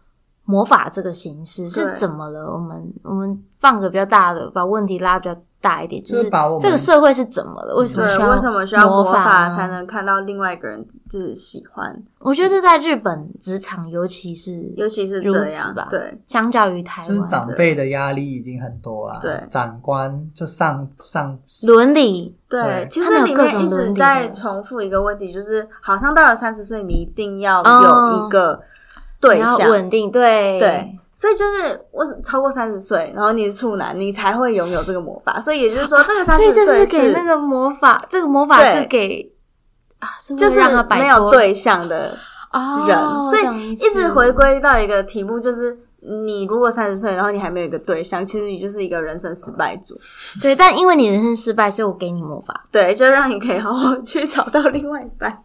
S3: 魔法这个形式？是
S1: 对
S3: 怎么了？我们我们放个比较大的，把问题拉比较大一点，
S2: 就是是把我们
S3: 这个社会是怎么了？为什
S1: 对
S3: 么需，要
S1: 为什么需要魔
S3: 法
S1: 法
S3: 呢
S1: 才能看到另外一个人就是喜欢，
S3: 我觉得这在日本职场，尤其是
S1: 尤其是
S3: 如
S1: 这
S3: 此
S1: 样
S3: 吧，
S1: 对。
S3: 相较于台
S2: 就是
S3: 湾
S2: 长辈的压力已经很多了，
S1: 对
S2: 长官就上上
S3: 伦理，
S2: 对
S1: 对，其
S3: 他们
S1: 实
S3: 有
S1: 里
S3: 各种
S1: 面一
S3: 伦
S1: 直
S3: 理
S1: 在
S3: 的
S1: 重复一个问题，就是好像到了三十岁，你一定要
S3: 哦
S1: 有一个对
S3: 你要
S1: 象，
S3: 稳定，对
S1: 对，所以就是我超过三十岁，然后你是处男，你才会拥有这个魔法。所以也就是说，这个三
S3: 所以
S1: 十
S3: 这是
S1: 岁
S3: 给那个魔法，这个魔法
S1: 对
S3: 是给啊，是为了
S1: 就是
S3: 让他摆
S1: 没有对象的
S3: 哦，
S1: 人，
S3: 我
S1: 所
S3: 懂
S1: 以
S3: 意
S1: 一直
S3: 思
S1: 回归到一个题目，就是你如果三十岁，然后你还没有一个对象，其实你就是一个人生失败组。
S3: 对，但因为你人生失败，所以我给你魔法，
S1: 对，就让你可以好好去找到另外一半。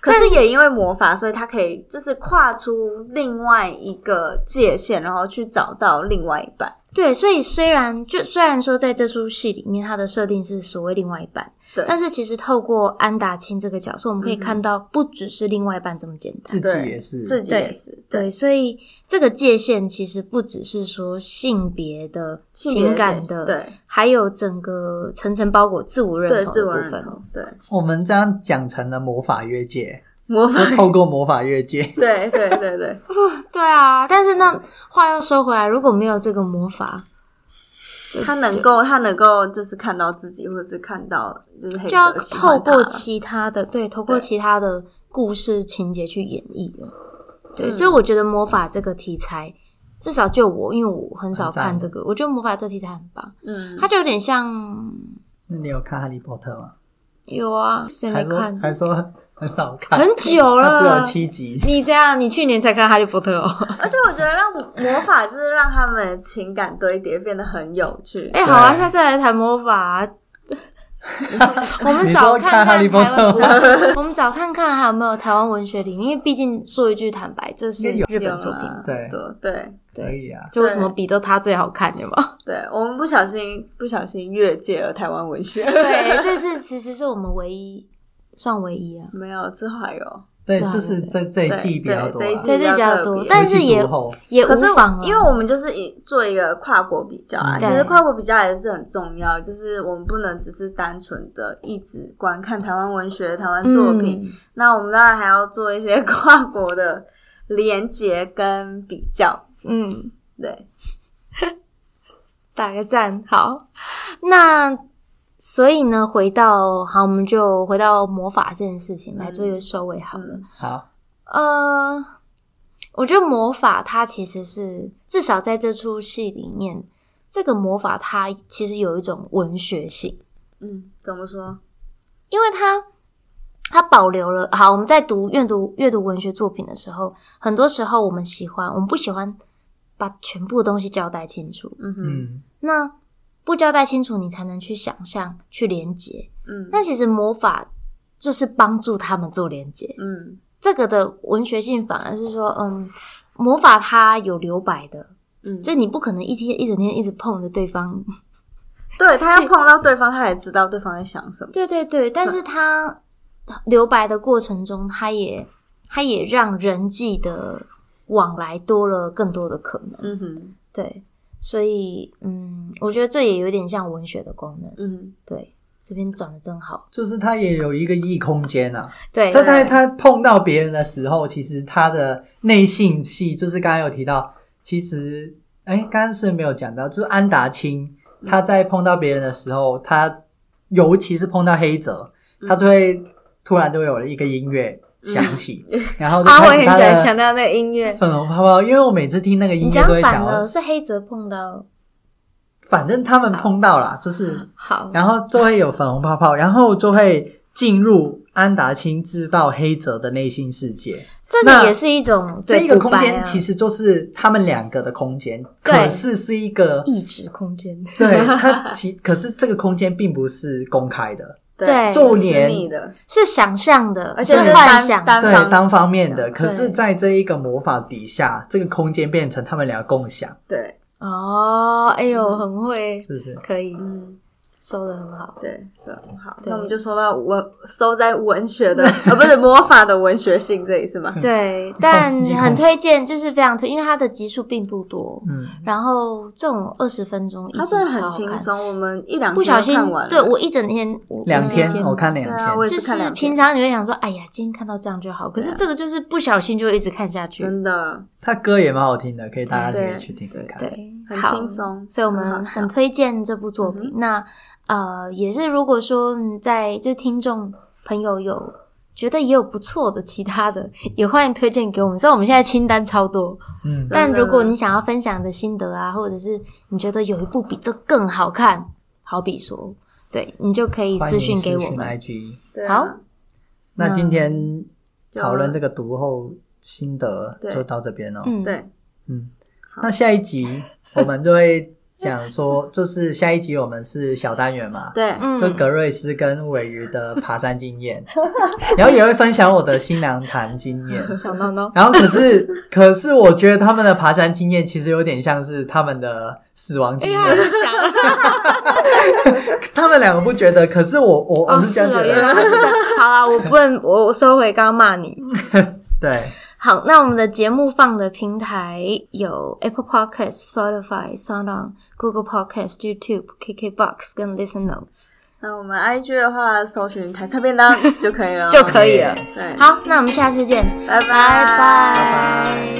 S1: 可是也因为魔法，所以他可以就是跨出另外一个界限，然后去找到另外一半。
S3: 对，所以虽然就虽然说在这出戏里面，它的设定是所谓另外一半，
S1: 对
S3: 但是其实透过安达清这个角色，我们可以看到不只是另外一半这么简单。
S2: 自己
S1: 对
S2: 也是，
S1: 自己也是，
S3: 对，所以这个界限其实不只是说性别的、情感
S1: 性别
S3: 的，
S1: 对
S3: 还有整个层层包裹自我认
S1: 对
S3: 同
S1: 自
S3: 的
S1: 我
S3: 部
S1: 认
S3: 分。
S1: 同，对
S2: 我们这样讲成了魔法越
S3: <laughs>
S2: 界，
S1: 魔法。
S2: 就，透过魔法越界
S1: 对对对对，
S3: 对啊，但是那话又说回来，如果没有这个魔 <laughs> 法，就
S1: 他能够他能够就是看到自己，或者是看到就是黑
S3: 就要
S1: 泽喜欢
S3: 透
S1: 他
S3: 过
S1: 了
S3: 其他的，对，透过
S1: 对
S3: 其他的故事情节去演绎了。对，所以我觉得魔法这个题材，至少就我，因为我很少
S2: 很赞
S3: 看这个，我觉得魔法这题材很棒，
S1: 嗯，
S3: 它就有点像
S2: 那你有看《哈利波特》吗？
S3: 有啊，谁没
S2: 还说
S3: 看？
S2: 还说很少看，
S3: 很久
S2: 它只
S3: 了
S2: 有，七集。
S3: 你这样，你去年才看《哈利波特》哦？
S1: 而且我觉得让魔法就是让他们的情感堆叠变得很有趣。
S3: <laughs> 哎、好啊，
S2: 对
S3: 下次来谈魔法啊、 <laughs> <laughs> 我们
S2: 你
S3: 早
S2: 说看哈
S3: 看
S2: 利波
S3: 台
S2: 特
S3: 湾，不
S2: 吗
S3: 是，我们早看看还有没有台湾文学里面，因为毕竟说一句坦白，这是
S2: 应该有啊
S3: 日本作品，
S2: 对
S1: 对对
S2: 可以啊，
S3: 就为什么比都它最好看，对吧？
S1: 对，我们不小心不小心越界了台湾文学。
S3: <laughs> <laughs>
S1: <laughs>
S3: 对，这次其实是我们唯一，算唯一啊。
S1: 没有，之后还有，
S2: 对，
S3: 是啊
S2: 就是这这一季比较多啊，
S1: 对这一季
S3: 对，这比较多
S1: 比较特别，
S3: 但是
S2: 这一季
S3: 也
S2: 读后
S3: 也
S1: 可是
S3: 无妨啊，
S1: 因为我们就是以做一个跨国比较啊，
S2: 嗯
S1: 其
S3: 对
S1: 实跨国比较也是很重要，就是我们不能只是单纯的一直观看台湾文学、台湾作品，
S3: 嗯
S1: 那我们当然还要做一些跨国的连结跟比较，
S3: 嗯，
S1: 对，
S3: 打个赞，好。那所以呢，回到好，我们就回到魔法这件事情来做一个收尾好了。
S1: 嗯
S2: 好，
S3: 呃，我觉得魔法它其实是至少在这出戏里面，这个魔法它其实有一种文学性，
S1: 嗯，怎么说？
S3: 因为它它保留了。好，我们在读阅读阅读文学作品的时候，很多时候我们喜欢，我们不喜欢把全部的东西交代清楚。
S1: 嗯哼，
S2: 嗯，
S3: 那不交代清楚，你才能去想象、去连接。
S1: 嗯
S3: 那其实魔法就是帮助他们做连接。
S1: 嗯
S3: 这个的文学性反而是说，嗯，魔法它有留白的，
S1: 嗯，
S3: 就你不可能一天一整天一直碰着对方。
S1: 对他
S3: 就
S1: 要碰到对方，他也知道对方在想什
S3: <laughs>
S1: 么。
S3: 对对对，但是它留白的过程中，它也它也让人际的往来多了更多的可能。
S1: 嗯哼，
S3: 对，所以嗯，我觉得这也有点像文学的功能。
S1: 嗯，
S3: 对，这边转的真好。
S2: 就是它也有一个异空间啊。
S3: 对，
S2: 这在他碰到别人的时候，其实他的内心戏，就是刚刚有提到，其实哎，刚刚是没有讲到，就是安达清
S3: 嗯
S2: 他在碰到别人的时候，他尤其是碰到黑泽，
S3: 嗯
S2: 他就会突然就有了一个音乐响起，然后就
S3: 啊，
S2: 开
S3: 我很
S2: 始
S3: 喜
S2: 他
S3: 欢强
S2: 的
S3: 调那个音乐。
S2: 粉红泡泡，因为我每次听那个音
S3: 你
S2: 乐
S3: 讲
S2: 都会
S3: 反
S2: 想要
S3: 了，，是黑泽碰到
S2: 反正他们碰到啦，就是
S3: 好，
S2: 然后就会有粉红泡泡，然后就会进入安达清知道黑泽的内心世界。
S3: 这
S2: 那
S3: 个也是一种
S2: 这
S3: 对
S2: 一个
S3: 独
S2: 空
S3: 白
S2: 间
S3: 啊
S2: 其实就是他们两个的空间，
S3: 对
S2: 可是是一个
S3: 意志空间。
S2: 对它其可是这个空间并不是公开的，
S3: 对
S2: 就
S1: 私
S2: 连
S1: 密的，
S3: 是想象的，
S1: 而且
S3: 是
S1: 是
S3: 幻
S1: 单
S3: 想
S1: 单
S3: 的，
S2: 对
S1: 方
S2: 单方面的。
S1: 对
S2: 可是在这一个魔法底下，这个空间变成他们俩共享，
S1: 对，
S3: 哦，哎呦，
S1: 嗯
S3: 很会，
S2: 是不是？
S3: 可以
S1: 嗯，
S3: 收的很好。
S1: 对，是很好。
S3: 对
S1: 那我们就说到文收在文学 <laughs> 的，呃，不是魔法的文学性这里 <laughs> 是吗？
S3: 对，但
S2: 你嗯哦好
S3: 很推荐，就是非常推，因为它的集数并不多，
S2: 嗯，
S3: 然后这种二十分钟一
S1: 它
S3: 集
S1: 真的
S3: 超
S1: 很
S3: 好
S1: 轻
S3: 看，
S1: 松，我们一两
S3: 不
S1: 天
S3: 小
S1: 就
S3: 心
S1: 看完了
S3: 对我一整天，我
S2: 两天
S3: 嗯我一整
S2: 我看两
S1: 对
S2: 天，
S1: 啊我也
S3: 就
S1: 看
S3: 是
S1: 两
S3: 平
S1: 天，啊
S3: 常你会想说，哎呀，今天看到这样就好，可是这个就是不小心就会一直看下去。
S1: 真的
S2: 他歌也蛮好听的，可以大家可以
S1: 对
S2: 去听听看。
S3: 对，
S1: 很
S3: 好
S1: 轻松
S3: 所以我们
S1: 很好嗯
S3: 很推荐这部作品。那呃，也是如果说嗯在就听众朋友有觉得也有不错的其他的，也欢迎推荐给我们。虽然我们现在清单超多，
S2: 嗯，
S1: 真的
S3: 但如果你想要分享的心得啊，或者是你觉得有一部比这更好看，好比说，对你就可以
S2: 欢
S3: 私
S2: 迎
S3: 讯给我
S2: 私讯
S3: 们。嗯
S2: IG。
S1: 对啊
S3: 好
S2: 那今天
S1: 就
S2: 讨论这个读后心得
S1: 对
S2: 就到这边了。
S3: 嗯，，
S1: 对，
S2: 嗯，那下一集我们就会讲说，就是下一集我们是小单元嘛，
S1: 对，
S3: 嗯，
S2: 就格瑞斯跟尾鱼的爬山经
S3: <laughs>
S2: 验，然后也会分享我的新娘潭经
S3: <laughs>
S2: 验。
S1: 小闹闹，
S2: 然后可是，可是我觉得他们的爬山经验其实有点像是他们的死亡
S3: 哎
S2: 经验。
S1: 讲了，
S2: 他们两个不觉得，可是我 <laughs> 我我
S3: 哦，
S2: 是
S3: 是
S2: 这样觉
S3: 哦，原
S2: 得。
S3: 来他是这样。好啦，我不能，我我收回刚刚骂你。
S2: 对，
S3: 好，那我们的节目放的平台有 Apple Podcast、Spotify、Sound On、Google Podcast、YouTube、KKBox 跟 Listen Notes
S1: 那我们 IG 的话，搜寻台菜便 <laughs> 当就可以了，
S3: 就可以了。
S1: 对，
S3: 好，那我们下次见，
S1: 拜
S3: 拜拜。
S1: 拜
S2: 拜拜